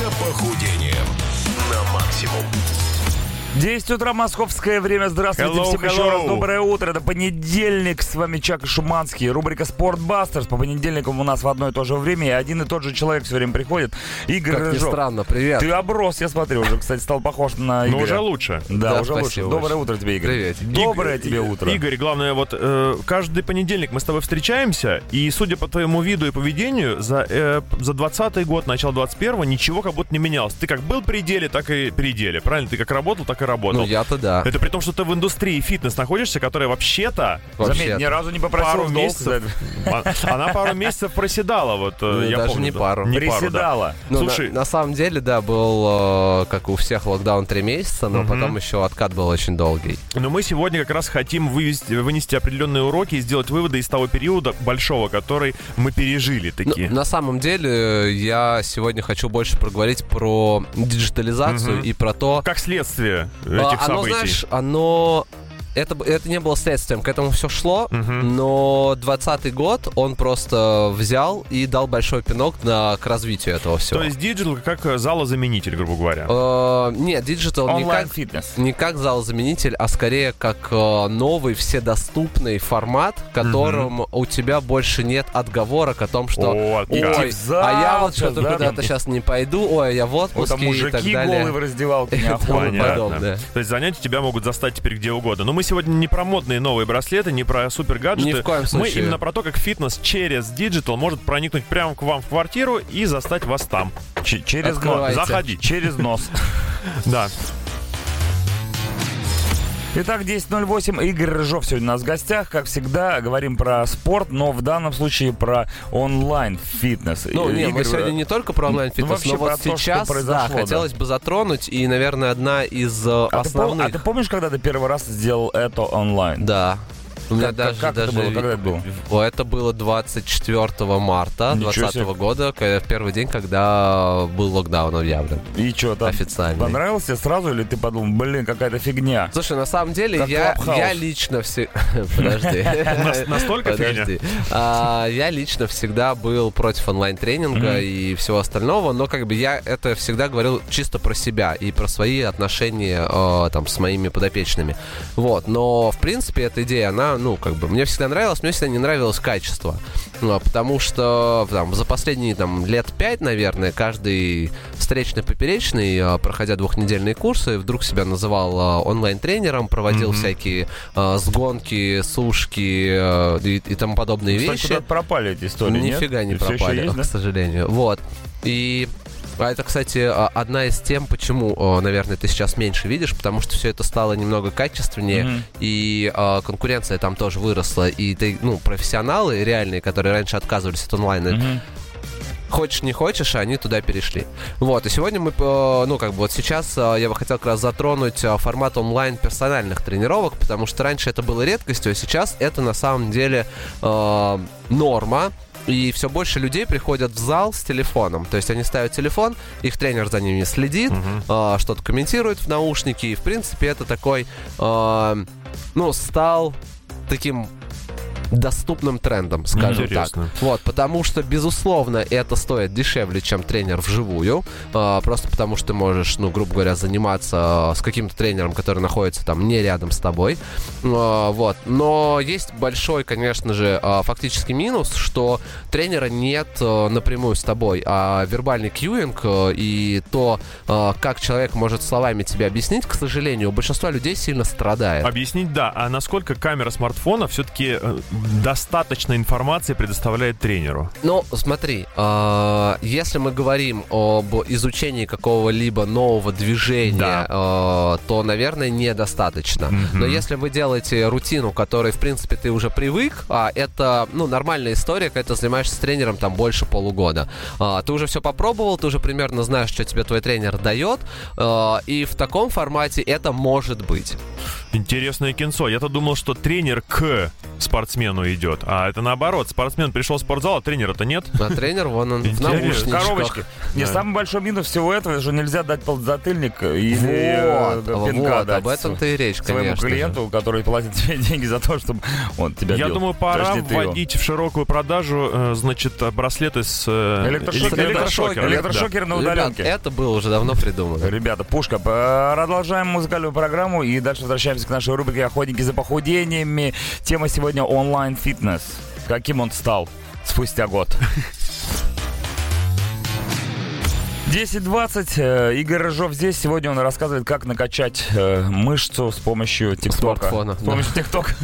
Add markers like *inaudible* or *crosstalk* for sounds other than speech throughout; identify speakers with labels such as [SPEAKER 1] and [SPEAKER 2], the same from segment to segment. [SPEAKER 1] похудением на максимум.
[SPEAKER 2] 10 утра, московское время. Здравствуйте
[SPEAKER 3] Hello,
[SPEAKER 2] всем еще
[SPEAKER 3] hello.
[SPEAKER 2] раз. Доброе утро. Это понедельник. С вами Чак и Шуманский. Рубрика «Спортбастерс». По понедельникам у нас в одно и то же время. И один и тот же человек все время приходит. Игорь
[SPEAKER 4] Как ни
[SPEAKER 2] Рыжов.
[SPEAKER 4] Э, странно, привет.
[SPEAKER 2] Ты оброс, я смотрю. Уже, кстати, стал похож на Игоря.
[SPEAKER 3] Но Ну, уже лучше.
[SPEAKER 2] Да, уже
[SPEAKER 4] Да, спасибо
[SPEAKER 2] лучше.
[SPEAKER 4] большое.
[SPEAKER 2] Доброе утро тебе, Игорь.
[SPEAKER 4] Привет.
[SPEAKER 2] Доброе
[SPEAKER 3] Игорь-
[SPEAKER 2] тебе утро.
[SPEAKER 3] Игорь, главное, вот э, каждый понедельник мы с тобой встречаемся, и судя по твоему виду и поведению, за, э, за 20 год, начало 21-го, ничего как будто не менялось. Ты как был при деле, так и при деле. Правильно? Ты как работал, так и работал.
[SPEAKER 4] Ну, я-то да.
[SPEAKER 3] Это при том, что ты в индустрии фитнес находишься, которая вообще-то
[SPEAKER 2] Заметь,
[SPEAKER 4] Вообще-то.
[SPEAKER 2] ни разу не попросил
[SPEAKER 3] пару
[SPEAKER 2] долг за это.
[SPEAKER 3] месяцев... а- Она пару месяцев проседала, вот э,
[SPEAKER 4] Ну,
[SPEAKER 3] я
[SPEAKER 4] даже
[SPEAKER 3] помню,
[SPEAKER 4] не
[SPEAKER 3] да.
[SPEAKER 4] пару.
[SPEAKER 3] Не пару, да.
[SPEAKER 2] Приседала.
[SPEAKER 4] Ну, на-
[SPEAKER 3] Слушай,
[SPEAKER 4] на, самом деле, да, был, э, как у всех, локдаун три месяца, но
[SPEAKER 3] Мгм.
[SPEAKER 4] потом еще откат был очень долгий.
[SPEAKER 3] Но мы сегодня как раз хотим вывести, вынести определенные уроки и сделать выводы из того периода большого, который мы пережили
[SPEAKER 4] Ну,
[SPEAKER 3] такие.
[SPEAKER 4] на самом деле, э, я сегодня хочу больше проговорить про диджитализацию
[SPEAKER 3] Мгм.
[SPEAKER 4] и про то,
[SPEAKER 3] Как следствие этих
[SPEAKER 4] А, оно,
[SPEAKER 3] событий.
[SPEAKER 4] знаешь, оно... Это, б- это не было следствием, к этому все шло,
[SPEAKER 3] Мгм.
[SPEAKER 4] но 20-й год он просто взял и дал большой пинок на, к развитию этого всего.
[SPEAKER 3] То есть диджитал как э, залозаменитель, грубо говоря.
[SPEAKER 4] Э, нет, диджитал не как,
[SPEAKER 2] Онлайн-фитнес.
[SPEAKER 4] не как зал-заменитель, а скорее как э, новый вседоступный формат, в котором у тебя больше нет отговорок о том, что...
[SPEAKER 3] О, отлично.
[SPEAKER 2] Иди в зал
[SPEAKER 4] а я вот
[SPEAKER 2] сейчас,
[SPEAKER 4] что-то
[SPEAKER 2] да,
[SPEAKER 4] куда-то
[SPEAKER 2] там?»
[SPEAKER 4] сейчас не пойду, ой, а я в
[SPEAKER 2] Вот
[SPEAKER 4] отпуске
[SPEAKER 2] там
[SPEAKER 4] и так
[SPEAKER 2] мужики
[SPEAKER 4] далее.
[SPEAKER 2] голые в раздевалке.
[SPEAKER 4] И тому
[SPEAKER 2] неохота.
[SPEAKER 4] ну, подобное.
[SPEAKER 3] То есть занятия тебя могут застать теперь где угодно. Но мы сегодня не про модные новые браслеты, не про супер гаджеты.
[SPEAKER 4] Ни в коем
[SPEAKER 3] Мы
[SPEAKER 4] случае.
[SPEAKER 3] именно про то, как фитнес через диджитал может проникнуть прямо к вам в квартиру и застать вас там.
[SPEAKER 2] Ч- Через нос.
[SPEAKER 4] Открывайте.
[SPEAKER 2] Заходи. Через нос.
[SPEAKER 3] Да.
[SPEAKER 2] Итак, 10.08. Игорь Рыжов сегодня у нас в гостях. Как всегда, говорим про спорт, но в данном случае про онлайн-фитнес.
[SPEAKER 4] Ну,
[SPEAKER 2] И-
[SPEAKER 4] не, мы
[SPEAKER 2] Игорь,
[SPEAKER 4] сегодня
[SPEAKER 2] э,
[SPEAKER 4] не только про онлайн-фитнес,
[SPEAKER 2] вообще
[SPEAKER 4] но
[SPEAKER 2] про
[SPEAKER 4] вот
[SPEAKER 2] то, что
[SPEAKER 4] сейчас,
[SPEAKER 2] произошло,
[SPEAKER 4] да,
[SPEAKER 2] да.
[SPEAKER 4] хотелось бы затронуть, и, наверное, одна из э,
[SPEAKER 2] а ты, пом- а
[SPEAKER 4] основных...
[SPEAKER 2] ты помнишь, когда ты первый раз сделал это онлайн?
[SPEAKER 4] Да. У меня
[SPEAKER 2] Как-
[SPEAKER 4] даже,
[SPEAKER 2] как это
[SPEAKER 4] даже
[SPEAKER 2] было? Когда это было?
[SPEAKER 4] О, это было 24 марта
[SPEAKER 2] Ничего
[SPEAKER 4] 2020
[SPEAKER 2] себе.
[SPEAKER 4] года, к- в первый день, когда был локдаун объявлен.
[SPEAKER 2] И что там?
[SPEAKER 4] Официальный.
[SPEAKER 2] Понравилось тебе сразу или ты подумал, блин, какая-то фигня?
[SPEAKER 4] Слушай, на самом деле,
[SPEAKER 2] Как
[SPEAKER 4] я,
[SPEAKER 2] Clubhouse.
[SPEAKER 4] я лично все... *laughs*
[SPEAKER 2] *laughs*
[SPEAKER 4] Подожди.
[SPEAKER 3] Нас- настолько фигня?
[SPEAKER 4] Э, Подожди. А, Я лично всегда был против онлайн-тренинга и всего остального, но как бы я это всегда говорил чисто про себя и про свои отношения э, там с моими подопечными. Вот, но в принципе эта идея, она, ну, как бы, мне всегда нравилась, мне всегда не нравилось качество. Ну, Потому что там, за последние там, лет пять, наверное, каждый встречный поперечный, э, проходя двухнедельные курсы, вдруг себя называл э, онлайн-тренером, проводил всякие э, сгонки, сушки э, и, и тому подобные
[SPEAKER 2] Ну, Кстати,
[SPEAKER 4] вещи.
[SPEAKER 2] куда-то пропали эти истории, нет?
[SPEAKER 4] Нифига не
[SPEAKER 2] Всё ещё
[SPEAKER 4] пропали,
[SPEAKER 2] есть,
[SPEAKER 4] к сожалению. Вот. И а это, кстати, а, одна из тем, почему, о, наверное, ты сейчас меньше видишь, потому что все это стало немного качественнее,
[SPEAKER 2] Мгм.
[SPEAKER 4] и а, конкуренция там тоже выросла, и ты, ну, профессионалы реальные, которые раньше отказывались от онлайна,
[SPEAKER 2] да? Мгм.
[SPEAKER 4] хочешь не хочешь, а они туда перешли. Вот, и сегодня мы, э, ну, как бы вот сейчас э, я бы хотел как раз затронуть э, формат онлайн персональных тренировок, потому что раньше это было редкостью, а сейчас это на самом деле э, норма. И все больше людей приходят в зал с телефоном. То есть они ставят телефон, их тренер за ними следит, э, что-то комментирует в наушнике. И, в принципе, это такой, э, ну, стал таким доступным трендом, скажем
[SPEAKER 3] Интересно.
[SPEAKER 4] так. Вот, потому что, безусловно, это стоит дешевле, чем тренер вживую. Э, просто потому что ты можешь, ну, грубо говоря, заниматься э, с каким-то тренером, который находится там не рядом с тобой. Э, вот. Но есть большой, конечно же, э, фактический минус, что тренера нет э, напрямую с тобой, а вербальный кьюинг э, и то, э, как человек может словами тебе объяснить, к сожалению, у большинства людей сильно страдает.
[SPEAKER 3] Объяснить, да. А насколько камера смартфона все-таки достаточно информации предоставляет тренеру?
[SPEAKER 4] Ну, смотри, э, если мы говорим об изучении какого-либо нового движения, э, то, наверное, недостаточно. Но если вы делаете рутину, которой, в принципе, ты уже привык, а это, ну, нормальная история, когда ты занимаешься с тренером там больше полугода. А, ты уже все попробовал, ты уже примерно знаешь, что тебе твой тренер дает, э, и в таком формате это может быть.
[SPEAKER 3] Интересное кинцо. Я-то думал, что тренер к спортсмену идет. А это наоборот, спортсмен пришел в спортзал, а тренера-то нет.
[SPEAKER 4] А тренер, вон он в
[SPEAKER 3] Интересно.
[SPEAKER 4] наушничках.
[SPEAKER 2] Коробочки. Не,
[SPEAKER 3] Да.
[SPEAKER 2] самый большой минус всего этого, что нельзя дать ползатыльник или э,
[SPEAKER 4] Вот,
[SPEAKER 2] пинка
[SPEAKER 4] вот,
[SPEAKER 2] дать
[SPEAKER 4] об этом-то и речь,
[SPEAKER 2] своему
[SPEAKER 4] конечно. же.
[SPEAKER 2] клиенту, который платит тебе *laughs* деньги за то, чтобы он тебя
[SPEAKER 3] Я
[SPEAKER 2] бил.
[SPEAKER 3] думаю, пора
[SPEAKER 2] Подожди, ты его.
[SPEAKER 3] вводить в широкую продажу, э, значит, э, браслеты с э,
[SPEAKER 2] Электрошокер.
[SPEAKER 3] эле- электрошокером.
[SPEAKER 2] Электрошокер на
[SPEAKER 4] Ребят, э,
[SPEAKER 2] удаленке.
[SPEAKER 4] это было уже давно придумано.
[SPEAKER 2] Ребята, пушка. П- Продолжаем музыкальную программу и дальше возвращаемся к нашей рубрике «Охотники за похудениями». Тема сегодня онлайн-фитнес. Каким он стал спустя год? 10.20. э, Игорь Рыжов здесь. Сегодня он рассказывает, как накачать э, мышцу с помощью ТикТока.
[SPEAKER 4] Смартфона,
[SPEAKER 2] С помощью ТикТока.
[SPEAKER 4] *laughs*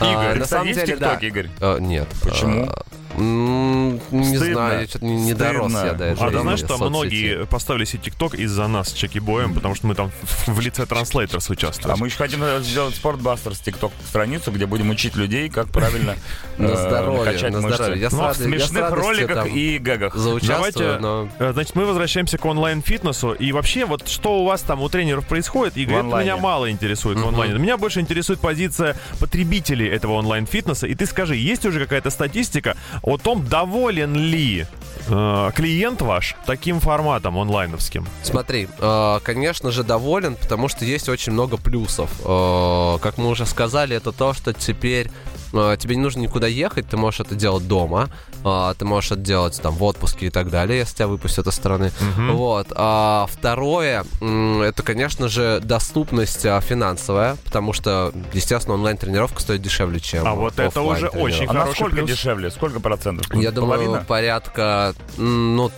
[SPEAKER 4] А,
[SPEAKER 2] Игорь,
[SPEAKER 4] на
[SPEAKER 2] кстати,
[SPEAKER 4] самом
[SPEAKER 2] есть
[SPEAKER 4] деле,
[SPEAKER 2] TikTok,
[SPEAKER 4] да.
[SPEAKER 2] Игорь?
[SPEAKER 4] Э, нет.
[SPEAKER 2] Почему?
[SPEAKER 4] Э, м, не
[SPEAKER 2] Стыдно.
[SPEAKER 4] знаю, я что-то не, не
[SPEAKER 2] Стыдно.
[SPEAKER 4] дорос я до
[SPEAKER 2] А
[SPEAKER 4] этого.
[SPEAKER 3] А ты
[SPEAKER 2] Жизнь
[SPEAKER 3] знаешь,
[SPEAKER 4] соцсети.
[SPEAKER 3] что многие поставили себе ТикТок из-за нас с Чеки Боем, потому что мы там в в лице транслейтерс участвуем.
[SPEAKER 2] А мы еще хотим э, сделать Sportbusters TikTok страницу, где будем учить людей, как
[SPEAKER 4] *laughs*
[SPEAKER 2] правильно
[SPEAKER 4] На
[SPEAKER 2] э,
[SPEAKER 4] здоровье,
[SPEAKER 2] накачать
[SPEAKER 4] на
[SPEAKER 2] мышцы.
[SPEAKER 4] здоровье. Я с
[SPEAKER 2] Ну, в
[SPEAKER 4] радостью- я с
[SPEAKER 2] смешных
[SPEAKER 4] радостью
[SPEAKER 2] роликах
[SPEAKER 4] там А
[SPEAKER 2] и гэгах.
[SPEAKER 4] Заучаствую,
[SPEAKER 3] Давайте,
[SPEAKER 4] но...
[SPEAKER 3] э, значит, мы возвращаемся к онлайн-фитнесу. И вообще, вот что у вас там у тренеров происходит, Игорь,
[SPEAKER 2] В
[SPEAKER 3] это
[SPEAKER 2] онлайне.
[SPEAKER 3] меня мало интересует в
[SPEAKER 4] Мгм.
[SPEAKER 3] онлайне. Меня больше интересует позиция потребителей этого онлайн-фитнеса. И ты скажи, есть уже какая-то статистика о том, доволен ли э, клиент ваш таким форматом онлайновским?
[SPEAKER 4] Смотри, э, конечно же, доволен, потому что есть очень много плюсов. Э, Как мы уже сказали, это то, что теперь э, тебе не нужно никуда ехать, ты можешь это делать дома, э, ты можешь это делать там в отпуске и так далее, если тебя выпустят из страны. Вот. А второе, м, это, конечно же, доступность э, финансовая, потому что, естественно, онлайн-тренировка стоит дешевле, чем
[SPEAKER 3] А вот это уже
[SPEAKER 4] оффлайн-тренировка.
[SPEAKER 3] очень
[SPEAKER 2] А
[SPEAKER 3] Хороший
[SPEAKER 2] насколько
[SPEAKER 3] плюс.
[SPEAKER 2] дешевле? Сколько процентов?
[SPEAKER 4] Я думаю,
[SPEAKER 2] Половина?
[SPEAKER 4] порядка м, ну,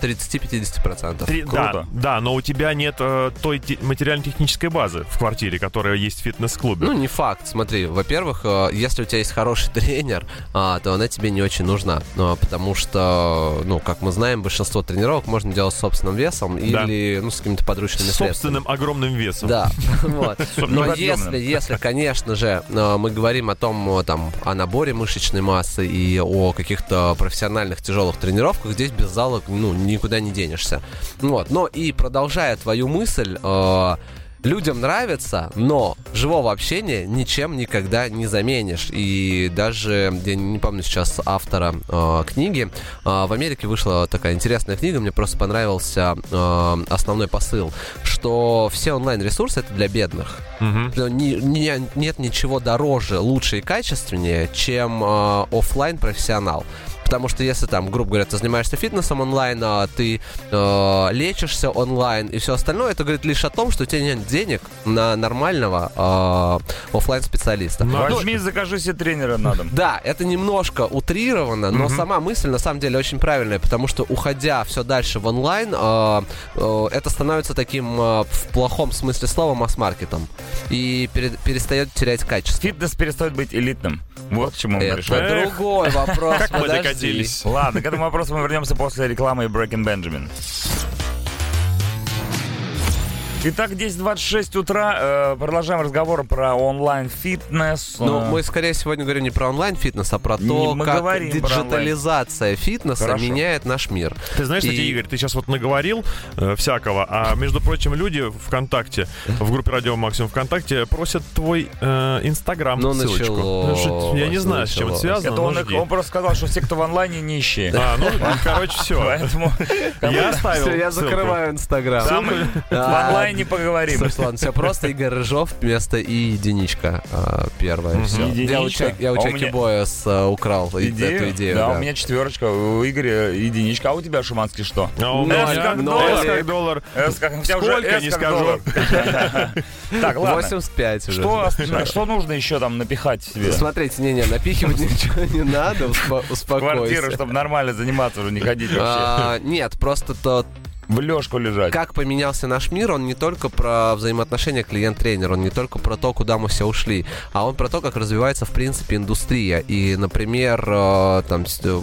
[SPEAKER 4] 30-50%.
[SPEAKER 3] Три-
[SPEAKER 2] Круто.
[SPEAKER 3] Да, да, но у тебя нет э, той те- материально-технической базы в квартире, которая есть в фитнес-клубе.
[SPEAKER 4] Ну, не факт. Смотри, во-первых, э, если у тебя есть хороший *laughs* тренер, а, то она тебе не очень нужна. Ну, а Потому что, ну, как мы знаем, большинство тренировок можно делать с собственным весом
[SPEAKER 3] Да.
[SPEAKER 4] или ну, с какими-то подручными
[SPEAKER 3] с
[SPEAKER 4] средствами.
[SPEAKER 3] собственным огромным весом.
[SPEAKER 4] Да, *laughs* вот. Но
[SPEAKER 2] неподъемным.
[SPEAKER 4] если, если, конечно же, э, мы говорим о том, о, там, о наборе мышечной массы и о каких-то профессиональных тяжелых тренировках, здесь без зала, ну, никуда не денешься. Ну Вот. Но и продолжая твою мысль, э, Людям нравится, но живого общения ничем никогда не заменишь. И даже, я не помню сейчас автора э, книги, э, в Америке вышла такая интересная книга, мне просто понравился э, основной посыл, что все онлайн-ресурсы это для бедных.
[SPEAKER 3] Мгм.
[SPEAKER 4] Что ни- ни- нет ничего дороже, лучше и качественнее, чем офлайн профессионал. Потому что если там, грубо говоря, ты занимаешься фитнесом онлайн, а ты э, лечишься онлайн и все остальное, это говорит лишь о том, что у тебя нет денег на нормального э, офлайн специалиста.
[SPEAKER 3] Ну,
[SPEAKER 2] Возьми, и закажи себе тренера на
[SPEAKER 4] *laughs*
[SPEAKER 2] дом.
[SPEAKER 4] Да, это немножко утрировано, но сама мысль на самом деле очень правильная, потому что уходя все дальше в онлайн, э, э, это становится таким э, в плохом смысле слова масс-маркетом и пере- перестает терять качество.
[SPEAKER 2] Фитнес перестает быть элитным. Вот к чему мы
[SPEAKER 4] Это
[SPEAKER 2] пришли.
[SPEAKER 3] Эх,
[SPEAKER 4] другой вопрос.
[SPEAKER 3] Как мы
[SPEAKER 4] подожди.
[SPEAKER 3] докатились.
[SPEAKER 2] Ладно, к этому вопросу мы вернемся после рекламы и Breaking Benjamin. Итак, 10.26 утра. э, продолжаем разговор про онлайн-фитнес.
[SPEAKER 4] Ну,
[SPEAKER 2] Э,
[SPEAKER 4] мы скорее сегодня говорим не про онлайн-фитнес, а про
[SPEAKER 2] Не,
[SPEAKER 4] то,
[SPEAKER 2] мы
[SPEAKER 4] как
[SPEAKER 2] говорим про
[SPEAKER 4] диджитализация фитнеса
[SPEAKER 2] Хорошо.
[SPEAKER 4] меняет наш мир.
[SPEAKER 3] Ты знаешь, кстати,
[SPEAKER 4] И-
[SPEAKER 3] Игорь, ты сейчас вот наговорил э, всякого, а между прочим, люди ВКонтакте, в группе Радио Максимум ВКонтакте, просят твой э, Инстаграм
[SPEAKER 4] Ну,
[SPEAKER 3] ссылочку.
[SPEAKER 4] началось,
[SPEAKER 3] Слушай, Я не знаю, с чем это
[SPEAKER 4] началось.
[SPEAKER 3] связано,
[SPEAKER 2] Это
[SPEAKER 3] но
[SPEAKER 2] он,
[SPEAKER 3] жди.
[SPEAKER 2] он просто сказал, что все, кто в онлайне, нищие.
[SPEAKER 3] А,
[SPEAKER 4] *laughs*
[SPEAKER 3] ну, короче, все.
[SPEAKER 2] *laughs*
[SPEAKER 3] *laughs*
[SPEAKER 2] Поэтому
[SPEAKER 3] Я оставил
[SPEAKER 4] Всё, я
[SPEAKER 3] ссылку.
[SPEAKER 4] закрываю Инстаграм.
[SPEAKER 2] там мы в
[SPEAKER 4] А,
[SPEAKER 2] онлайне поговорим.
[SPEAKER 4] Слушай, ладно, все просто Игорь Рыжов вместо и единичка а, первая.
[SPEAKER 3] Мгм.
[SPEAKER 4] всё.
[SPEAKER 2] Единичка?
[SPEAKER 4] Я у Чак- я у
[SPEAKER 2] А у
[SPEAKER 4] Чаки
[SPEAKER 2] меня-
[SPEAKER 4] Боя с, а, украл и- эту
[SPEAKER 2] Идею?
[SPEAKER 4] идею.
[SPEAKER 2] да,
[SPEAKER 4] да.
[SPEAKER 2] у меня четверочка, у Игоря единичка, а у тебя, Шуманский, что?
[SPEAKER 3] А у
[SPEAKER 4] Ноль,
[SPEAKER 3] меня С как
[SPEAKER 4] ноль.
[SPEAKER 3] доллар, С как доллар.
[SPEAKER 2] С как- у тебя уже
[SPEAKER 3] Сколько,
[SPEAKER 2] С
[SPEAKER 3] не
[SPEAKER 2] как
[SPEAKER 3] скажу.
[SPEAKER 2] доллар.
[SPEAKER 4] *laughs*
[SPEAKER 2] Так, ладно.
[SPEAKER 4] 85 уже. Ну,
[SPEAKER 2] Что ост- Что нужно еще там напихать себе?
[SPEAKER 4] Смотрите, не-не, напихивать *laughs* ничего не надо, успо-
[SPEAKER 2] Квартиру,
[SPEAKER 4] успокойся.
[SPEAKER 2] чтобы нормально заниматься уже, не ходить вообще.
[SPEAKER 4] А, Нет, просто то,
[SPEAKER 2] В лёжку лежать.
[SPEAKER 4] как поменялся наш мир, он не только про взаимоотношения клиент-тренер, он не только про то, куда мы все ушли, а он про то, как развивается, в принципе, индустрия. И, например, э, там с- э,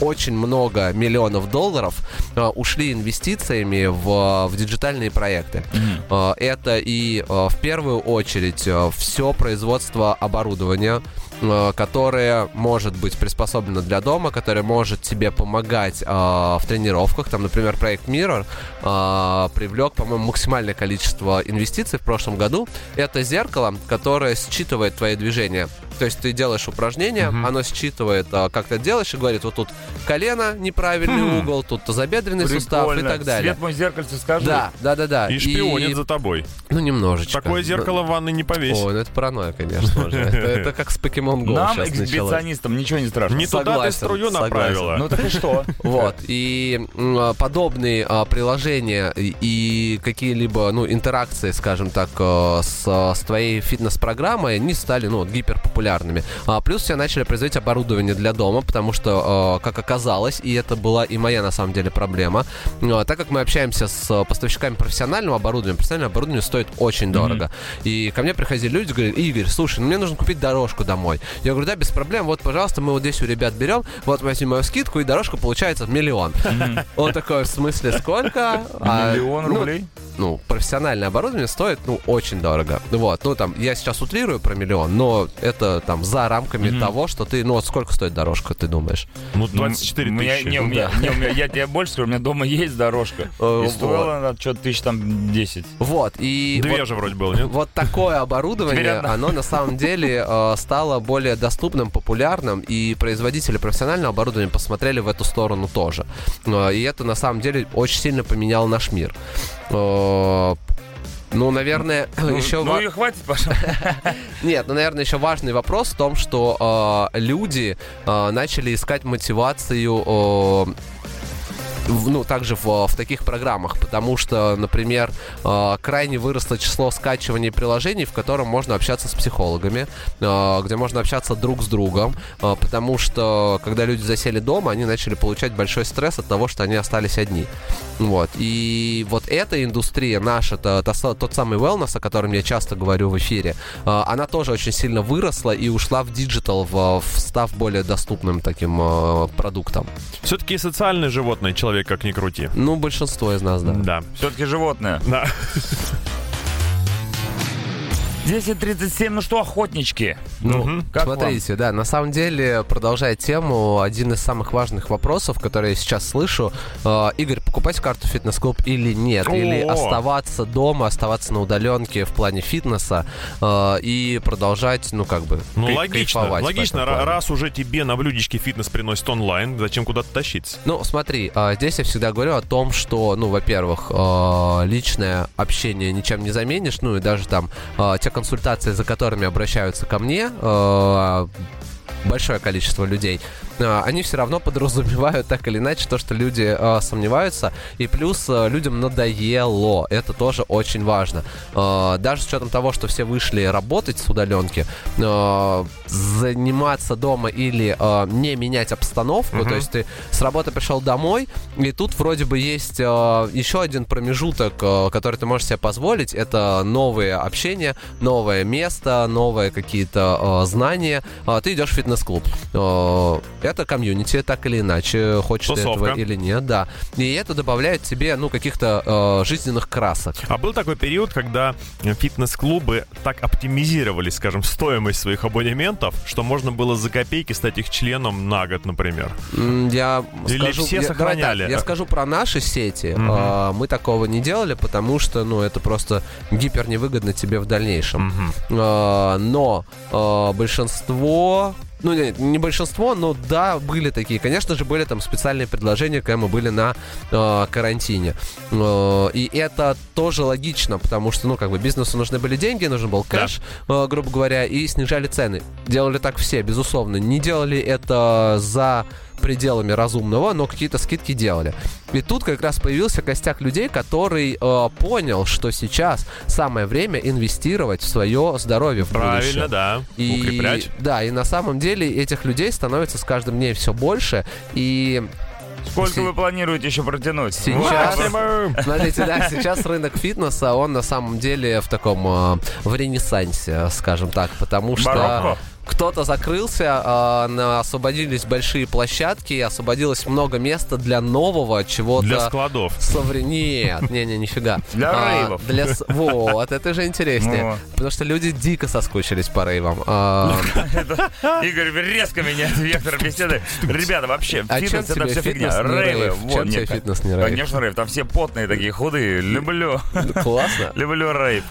[SPEAKER 4] очень много миллионов долларов э, ушли инвестициями в, в диджитальные проекты. Э, Это и э, в первую очередь все производство э, оборудования, э, которое может быть приспособлено для дома, которое может тебе помогать э, в тренировках. Там, например, проект Mirror э, привлек, по-моему, максимальное количество инвестиций в прошлом году. Это зеркало, которое считывает твои движения. То есть ты делаешь упражнение, оно считывает, э, как ты делаешь, и говорит, вот тут колено неправильный
[SPEAKER 3] Хм.
[SPEAKER 4] угол, тут тазобедренный сустав и
[SPEAKER 2] Прикольно.
[SPEAKER 4] так далее.
[SPEAKER 2] Свет мой зеркальце скажи.
[SPEAKER 4] Да, да, да, да.
[SPEAKER 3] И шпионит за тобой.
[SPEAKER 4] Ну, немножечко.
[SPEAKER 3] Такое зеркало в ванной не повесит.
[SPEAKER 4] Ой, ну это паранойя, конечно же. Это, это как с Pokemon Go
[SPEAKER 2] Нам,
[SPEAKER 4] сейчас началось.
[SPEAKER 2] эксгибиционистам, ничего не страшно.
[SPEAKER 3] Не туда ты
[SPEAKER 4] Согласен,
[SPEAKER 3] струю
[SPEAKER 4] согласен.
[SPEAKER 3] направила.
[SPEAKER 2] Ну так и что?
[SPEAKER 4] Вот, и м, подобные а, приложения и- и какие-либо, ну, интеракции, скажем так, э, с, э, с твоей фитнес-программой, они стали, ну, гиперпопулярными. А, плюс все начали производить оборудование для дома, потому что, э, как оказалось, и это была и моя, на самом деле, проблема, э, так как мы общаемся с э, поставщиками профессионального оборудования, профессиональное оборудование стоит очень дорого. И ко мне приходили люди, говорили, Игорь, слушай, ну мне нужно купить дорожку домой. Я говорю, да, без проблем, вот, пожалуйста, мы вот здесь у ребят берем, вот возьми мою скидку, и дорожка получается в миллион. *laughs* Он такой, в смысле, сколько? *laughs* А,
[SPEAKER 2] Миллион
[SPEAKER 4] ну,
[SPEAKER 2] рублей?
[SPEAKER 4] ну, профессиональное оборудование стоит, ну, очень дорого. Вот, ну, там, я сейчас утрирую про миллион, но это, там, за рамками того, что ты, ну, вот сколько стоит дорожка, ты думаешь?
[SPEAKER 3] Ну, 24
[SPEAKER 2] У меня-
[SPEAKER 3] тысячи.
[SPEAKER 2] Не, у меня, не, у меня- я тебе больше скажу, у меня дома есть дорожка.
[SPEAKER 4] Э,
[SPEAKER 2] И
[SPEAKER 4] вот.
[SPEAKER 2] стоила она что-то тысяч там 10.
[SPEAKER 4] Вот, и...
[SPEAKER 3] Две
[SPEAKER 4] вот-
[SPEAKER 3] же вроде было, нет?
[SPEAKER 4] Вот такое
[SPEAKER 2] Теперь
[SPEAKER 4] оборудование,
[SPEAKER 2] одна.
[SPEAKER 4] оно на самом деле э, стало более доступным, популярным, и производители профессионального оборудования посмотрели в эту сторону тоже. Э, И это на самом деле очень сильно поменяло наш мир. Э, Ну, наверное, еще...
[SPEAKER 2] Ну
[SPEAKER 4] ва-
[SPEAKER 2] и хватит,
[SPEAKER 4] *laughs*
[SPEAKER 2] пожалуйста.
[SPEAKER 4] Нет, ну, наверное, еще важный вопрос в том, что э, люди э, начали искать мотивацию э, в- ну, также в, в таких программах, потому что, например, э, крайне выросло число скачиваний приложений, в котором можно общаться с психологами, э, где можно общаться друг с другом, э, потому что, когда люди засели дома, они начали получать большой стресс от того, что они остались одни. Вот. И вот эта индустрия наша, та- та са- тот самый wellness, о котором я часто говорю в эфире, э, она тоже очень сильно выросла и ушла в диджитал, в- в- став более доступным таким э, продуктом.
[SPEAKER 3] Все-таки социальное животное человек, как ни крути.
[SPEAKER 4] Ну, большинство из нас, да.
[SPEAKER 3] Да.
[SPEAKER 2] Все-таки животное.
[SPEAKER 3] Да.
[SPEAKER 2] 10.37, ну что, охотнички? Ну, как вам?
[SPEAKER 4] Смотрите, да, на самом деле, продолжая тему, один из самых важных вопросов, которые я сейчас слышу, э, Игорь, покупать карту фитнес-клуб или нет,
[SPEAKER 3] О!
[SPEAKER 4] или оставаться дома, оставаться на удаленке в плане фитнеса э, и продолжать, ну, как бы,
[SPEAKER 3] Ну,
[SPEAKER 4] кай-
[SPEAKER 3] логично.
[SPEAKER 4] кайфовать в
[SPEAKER 3] Логично,
[SPEAKER 4] этом
[SPEAKER 3] ра-
[SPEAKER 4] плане.
[SPEAKER 3] раз уже тебе на блюдечке фитнес приносит онлайн, зачем куда-то тащиться?
[SPEAKER 4] Ну, смотри, а, здесь я всегда говорю о том, что, ну, во-первых, э, личное общение ничем не заменишь, ну и даже там э, те консультации, за которыми обращаются ко мне, э, большое количество людей, э, они все равно подразумевают так или иначе то, что люди э, сомневаются, и плюс э, людям надоело, это тоже очень важно. Э, Даже с учетом того, что все вышли работать с удаленки, э, заниматься дома или э, не менять обстановку, то есть ты с работы пришел домой, и тут вроде бы есть э, еще один промежуток, э, который ты можешь себе позволить, это новые общения, новое место, новые какие-то э, знания. А ты идешь в фитнес-клуб. Э, это комьюнити, так или иначе, хочешь ты
[SPEAKER 3] Тусовка.
[SPEAKER 4] этого или нет, да. И это добавляет тебе, ну, каких-то э, жизненных красок.
[SPEAKER 3] А был такой период, когда э, фитнес-клубы так оптимизировали, скажем, стоимость своих абонементов, что можно было за копейки стать их членом на год, например.
[SPEAKER 4] М, Я
[SPEAKER 3] Или
[SPEAKER 4] скажу,
[SPEAKER 3] все
[SPEAKER 4] я- давай так,
[SPEAKER 3] сохраняли?
[SPEAKER 4] я скажу про наши сети.
[SPEAKER 3] Мгм.
[SPEAKER 4] А, мы такого не делали, потому что, ну, это просто гипер невыгодно тебе в дальнейшем.
[SPEAKER 3] Мгм.
[SPEAKER 4] А, но а, большинство... Ну, не, не большинство, но да, были такие. Конечно же, были там специальные предложения, когда мы были на а, карантине. А, и это тоже логично, потому что, ну, как бы бизнесу нужны были деньги, нужен был кэш, а, грубо говоря, и снижали цены. Делали так все, безусловно. Не делали это за пределами разумного, но какие-то скидки делали. И тут как раз появился костяк людей, который э, понял, что сейчас самое время инвестировать в свое здоровье в
[SPEAKER 3] Правильно,
[SPEAKER 4] будущее.
[SPEAKER 3] да.
[SPEAKER 4] И,
[SPEAKER 3] Укреплять.
[SPEAKER 4] Да, и на самом деле этих людей становится с каждым днем все больше. И
[SPEAKER 2] Сколько
[SPEAKER 4] Се-
[SPEAKER 2] вы планируете еще протянуть?
[SPEAKER 4] Сейчас.
[SPEAKER 2] Вот.
[SPEAKER 3] Максимум.
[SPEAKER 4] Смотрите, да, сейчас рынок фитнеса, он на самом деле в таком э, в ренессансе, а, скажем так, потому что
[SPEAKER 2] Барокко?
[SPEAKER 4] кто-то закрылся, а, на- освободились большие площадки, и освободилось много места для нового чего-то.
[SPEAKER 3] Для складов.
[SPEAKER 4] Совре- Нет, не, не, нифига.
[SPEAKER 2] *laughs* Для
[SPEAKER 4] А,
[SPEAKER 2] рейвов. Ну.
[SPEAKER 4] Для... с- Вот, это же интереснее.
[SPEAKER 2] Вот.
[SPEAKER 4] Потому что люди дико соскучились по рейвам. А,
[SPEAKER 2] Игорь резко меняет вектор беседы. Ребята, вообще,
[SPEAKER 4] А чем
[SPEAKER 2] фитнес это
[SPEAKER 4] тебе
[SPEAKER 2] все
[SPEAKER 4] фитнес
[SPEAKER 2] фигня.
[SPEAKER 4] не
[SPEAKER 2] Рейвы.
[SPEAKER 4] рейв?
[SPEAKER 2] вот
[SPEAKER 4] Чем
[SPEAKER 2] мне
[SPEAKER 4] тебе
[SPEAKER 2] как-
[SPEAKER 4] фитнес не рейв?
[SPEAKER 2] Конечно, рейв. Там все потные такие, худые. Люблю. *laughs*
[SPEAKER 4] Классно.
[SPEAKER 2] Люблю рейв.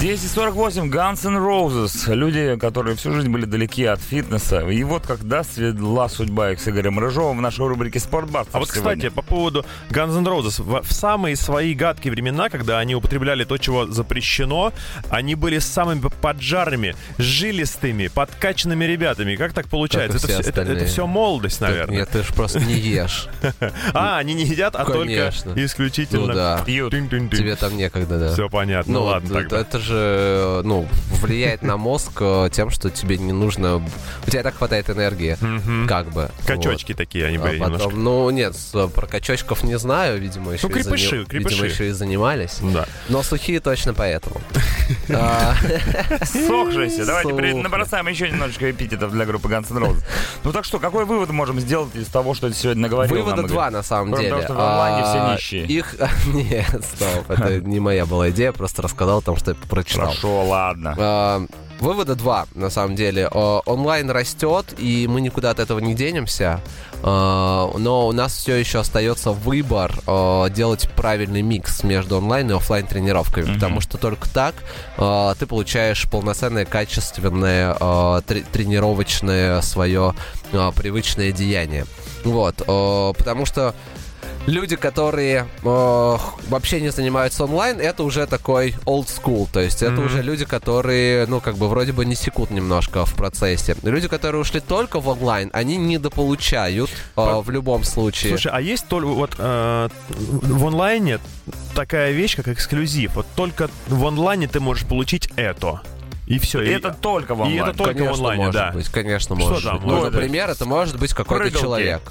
[SPEAKER 2] 10.48, Guns N' Roses. Люди, которые всю жизнь были далеки от фитнеса. И вот когда свела судьба их с Игорем Рыжовым в нашей рубрике «Спортбар».
[SPEAKER 3] А вот, кстати, по поводу Guns N' Roses. В, в самые свои гадкие времена, когда они употребляли то, чего запрещено, они были самыми поджарными, жилистыми, подкачанными ребятами. Как так получается?
[SPEAKER 4] Как
[SPEAKER 3] это,
[SPEAKER 4] и все
[SPEAKER 3] всё- это- это
[SPEAKER 4] остальные.
[SPEAKER 3] все молодость, наверное.
[SPEAKER 4] Нет, ты же просто не ешь.
[SPEAKER 3] А, они не едят, а
[SPEAKER 4] Конечно.
[SPEAKER 3] только исключительно...
[SPEAKER 4] Ну да.
[SPEAKER 2] Пьют.
[SPEAKER 4] Тебе там некогда, да.
[SPEAKER 3] Все понятно,
[SPEAKER 4] Ну,
[SPEAKER 3] ладно
[SPEAKER 4] т-
[SPEAKER 3] тогда.
[SPEAKER 4] это же, ну, влияет на мозг э, тем, что тебе не нужно... У тебя и так хватает энергии,
[SPEAKER 3] Мгм.
[SPEAKER 4] как бы. Вот.
[SPEAKER 3] Качочки такие они
[SPEAKER 4] А
[SPEAKER 3] были немножко. Ну,
[SPEAKER 4] потом, ну, нет, с- про качочков не знаю, видимо, еще, и,
[SPEAKER 3] крепыши,
[SPEAKER 4] зани-
[SPEAKER 3] крепыши.
[SPEAKER 4] видимо, еще и занимались.
[SPEAKER 3] Да.
[SPEAKER 4] Но сухие
[SPEAKER 3] *laughs*
[SPEAKER 4] точно поэтому. А,
[SPEAKER 2] Сохшиеся. Давайте
[SPEAKER 4] Сохли.
[SPEAKER 2] при- набросаем еще немножечко эпитетов для группы Guns N' *laughs* Roses. Ну так что, какой вывод можем сделать из того, что ты сегодня наговорил
[SPEAKER 4] Вывода
[SPEAKER 2] нам, Игорь?
[SPEAKER 4] два, на самом
[SPEAKER 2] Кроме
[SPEAKER 4] деле.
[SPEAKER 2] того, что в онлайне все
[SPEAKER 4] А,
[SPEAKER 2] нищие.
[SPEAKER 4] Их... *laughs* Нет, стоп, это не моя была идея, просто рассказал там, что я прочитал.
[SPEAKER 2] Хорошо, ладно.
[SPEAKER 4] Э, Вывода два, на самом деле. Э, Онлайн растет, и мы никуда от этого не денемся. Э, Но у нас все еще остается выбор э, делать правильный микс между онлайн и оффлайн тренировками. Потому что только так э, ты получаешь полноценное, качественное э, тре- тренировочное свое привычное деяние. Вот. э, Потому что люди, которые э, вообще не занимаются онлайн, это уже такой old school. То есть это уже люди, которые, ну, как бы вроде бы не секут немножко в процессе. Люди, которые ушли только в онлайн, они недополучают э, в любом случае.
[SPEAKER 3] Слушай, а есть только вот э, в онлайне такая вещь, как эксклюзив. Вот только в онлайне ты можешь получить это. И все.
[SPEAKER 2] И это только в
[SPEAKER 3] и это
[SPEAKER 2] онлайн.
[SPEAKER 3] только
[SPEAKER 4] конечно,
[SPEAKER 3] в онлайне,
[SPEAKER 4] может
[SPEAKER 3] да.
[SPEAKER 4] быть, конечно,
[SPEAKER 3] Что
[SPEAKER 4] может
[SPEAKER 3] там?
[SPEAKER 4] быть. Ну,
[SPEAKER 2] Вот это-
[SPEAKER 4] например, это может быть какой-то
[SPEAKER 2] Прыгалки.
[SPEAKER 4] человек.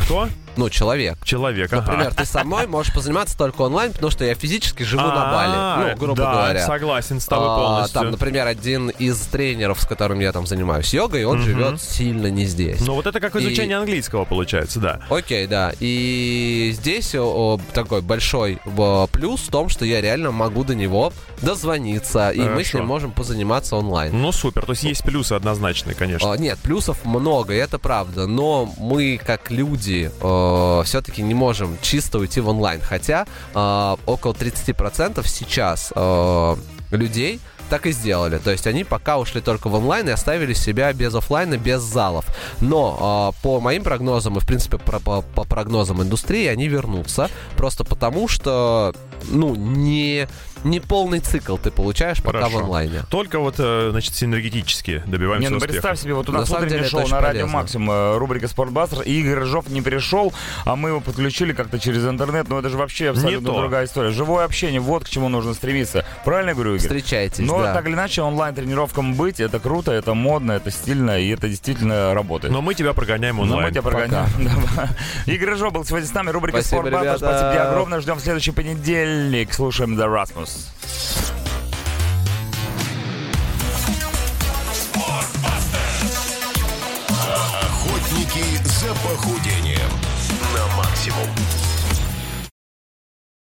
[SPEAKER 3] Кто?
[SPEAKER 4] Ну, человек.
[SPEAKER 3] Человек, ага.
[SPEAKER 4] Например, ты со мной можешь позаниматься только онлайн, потому что я физически живу на
[SPEAKER 3] А,
[SPEAKER 4] Бали. Ну, грубо
[SPEAKER 3] да,
[SPEAKER 4] говоря.
[SPEAKER 3] согласен с тобой
[SPEAKER 4] А,
[SPEAKER 3] полностью.
[SPEAKER 4] Там, например, один из тренеров, с которым я там занимаюсь йогой, он живет сильно не здесь.
[SPEAKER 3] Но Ну, вот это как
[SPEAKER 4] И-
[SPEAKER 3] изучение английского получается, да.
[SPEAKER 4] Окей, да. И здесь о, о, такой большой о, плюс в том, что я реально могу до него дозвониться, и мы с
[SPEAKER 3] Хорошо.
[SPEAKER 4] ним можем позаниматься онлайн.
[SPEAKER 3] Ну супер, то есть есть плюсы однозначные, конечно.
[SPEAKER 4] А, Нет, плюсов много, и это правда. Но мы, как люди, все-таки не можем чисто уйти в онлайн. Хотя э, около 30% сейчас э, людей так и сделали. То есть они пока ушли только в онлайн и оставили себя без офлайна, без залов. Но э, по моим прогнозам и, в принципе, про- по, по прогнозам индустрии, они вернутся. Просто потому, что, ну, не, не полный цикл ты получаешь пока
[SPEAKER 3] Хорошо.
[SPEAKER 4] в онлайне.
[SPEAKER 3] Только вот, э, значит, синергетически
[SPEAKER 2] Не,
[SPEAKER 3] добиваемся
[SPEAKER 2] ну
[SPEAKER 3] успеха.
[SPEAKER 2] представь себе, вот у
[SPEAKER 4] На
[SPEAKER 2] нас
[SPEAKER 4] самом деле
[SPEAKER 2] утреннее
[SPEAKER 4] это
[SPEAKER 2] шоу
[SPEAKER 4] очень
[SPEAKER 2] на радио
[SPEAKER 4] полезно.
[SPEAKER 2] Максим, э, рубрика «Спортбастер», и Игорь Рыжов не пришел, а мы его подключили как-то через интернет, но это же вообще абсолютно
[SPEAKER 3] то.
[SPEAKER 2] другая история. Живое общение, вот к чему нужно стремиться. Правильно я говорю, Игорь?
[SPEAKER 4] Встречайтесь,
[SPEAKER 2] Но
[SPEAKER 4] да.
[SPEAKER 2] так или иначе онлайн-тренировкам быть, это круто, это модно, это стильно, и это действительно работает.
[SPEAKER 3] Но мы тебя прогоняем
[SPEAKER 2] Ну,
[SPEAKER 3] онлайн.
[SPEAKER 2] мы тебя прогоняем. *laughs* Да. Игорь Рыжов был сегодня с нами, рубрика
[SPEAKER 4] Спасибо,
[SPEAKER 2] «Спортбастер».
[SPEAKER 4] ребята.
[SPEAKER 2] Спасибо тебе огромное, ждем в следующий понедельник. Слушаем The Rasmus.
[SPEAKER 1] Охотники за похудением на максимум.